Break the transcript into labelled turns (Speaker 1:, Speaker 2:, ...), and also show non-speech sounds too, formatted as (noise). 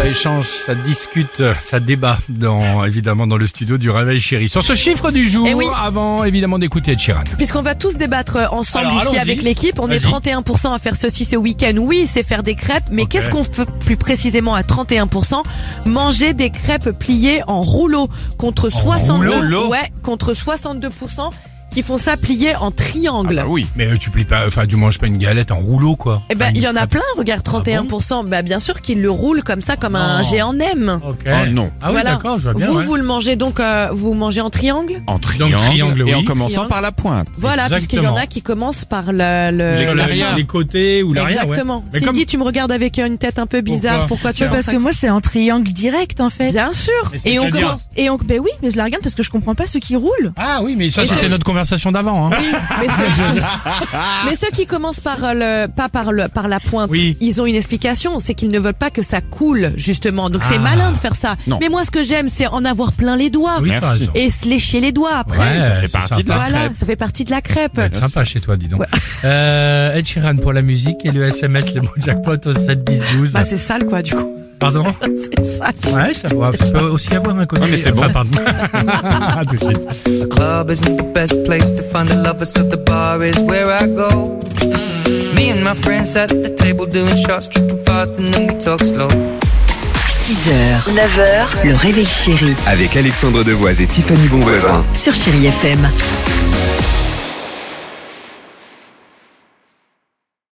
Speaker 1: Ça échange, ça discute, euh, ça débat dans, évidemment dans le studio du Réveil Chéri. Sur ce chiffre du jour,
Speaker 2: Eh oui.
Speaker 1: avant évidemment d'écouter Ed Sheeran.
Speaker 2: Puisqu'on va tous débattre euh, ensemble
Speaker 1: Alors,
Speaker 2: ici
Speaker 1: allons-y.
Speaker 2: avec l'équipe, on est
Speaker 1: Vas-y.
Speaker 2: 31% à faire ceci ce week-end. Oui, c'est faire des crêpes, mais
Speaker 1: Ok.
Speaker 2: qu'est-ce qu'on fait plus précisément à 31% Manger des crêpes pliées en rouleau contre 62
Speaker 1: rouleau
Speaker 2: ouais, contre 62% qui font ça plié en triangle.
Speaker 1: Ah oui, mais euh, tu plies pas, enfin tu manges pas une galette en rouleau quoi. Ah,
Speaker 2: Eh ben, il y en a plein, regarde, 31%. bah, bien sûr qu'ils le roulent comme ça, comme un géant nem.
Speaker 1: Ok.
Speaker 3: Ah non.
Speaker 1: Ah oui,
Speaker 2: Voilà.
Speaker 1: d'accord, je vois Oh. bien.
Speaker 2: vous,
Speaker 1: ouais.
Speaker 2: vous le mangez donc, euh, vous mangez en triangle
Speaker 3: en triangle,
Speaker 1: triangle,
Speaker 3: et
Speaker 1: oui.
Speaker 3: en commençant
Speaker 2: Triangle.
Speaker 3: par la pointe.
Speaker 2: Voilà, puisqu'il y en
Speaker 1: Exactement.
Speaker 2: a qui commencent par le- le,
Speaker 1: Sur
Speaker 3: L'extérieur.
Speaker 1: les côtés ou l'arrière. ouais.
Speaker 2: Exactement.
Speaker 1: Mais
Speaker 2: Cindy,
Speaker 1: comme-
Speaker 2: tu me regardes avec une tête un peu bizarre.
Speaker 1: Pourquoi
Speaker 2: Pourquoi, tu
Speaker 1: Mais
Speaker 2: veux
Speaker 4: Parce
Speaker 2: ça
Speaker 4: que moi, c'est en triangle direct, en fait.
Speaker 2: Bien sûr.
Speaker 1: Mais c'est
Speaker 2: Et on
Speaker 1: déjà
Speaker 2: commence.
Speaker 4: Et on, ben oui, mais je la regarde parce que je comprends pas ceux qui roulent.
Speaker 1: Ah oui, mais ça
Speaker 2: Et
Speaker 1: c'était
Speaker 2: c'est-
Speaker 1: notre conversation d'avant. Hein. (laughs)
Speaker 2: Mais ceux, mais ceux qui commencent par euh, le, pas par le, par la pointe,
Speaker 1: Oui.
Speaker 2: ils ont une explication, c'est qu'ils ne veulent pas que ça coule justement. Donc
Speaker 1: Ah.
Speaker 2: c'est malin de faire ça.
Speaker 3: Non.
Speaker 2: Mais moi, ce que j'aime, c'est en avoir plein les doigts
Speaker 1: Oui,
Speaker 3: Merci.
Speaker 1: t'as raison.
Speaker 2: Ah. et se lécher les doigts après.
Speaker 1: Ouais,
Speaker 3: ça fait
Speaker 1: c'est
Speaker 3: partie
Speaker 1: sympa.
Speaker 3: de la
Speaker 2: Voilà,
Speaker 3: crêpe.
Speaker 2: ça fait partie de la crêpe.
Speaker 1: Ça va être sympa chez toi, dis donc. Euh, Ed Sheeran pour la musique et le SMS, le mot jackpot au 7 10 12.
Speaker 2: Bah c'est sale quoi du coup. (laughs)
Speaker 1: Pardon
Speaker 2: C'est sale.
Speaker 1: Ouais, ça, va. ça peut aussi avoir un côté.
Speaker 3: Ouais, mais c'est bon.
Speaker 1: Enfin, pardon. (laughs) À tout de suite.
Speaker 5: club isn't the best place to find a lover, so the bar is where I go. Me and my friends at the table doing shots, tripping fast, and then we talk slow.
Speaker 6: 6h, 9h, le réveil chéri
Speaker 7: Avec Alexandre Devoise et Tiffany Bonvoisin.
Speaker 6: sur Chéri FM.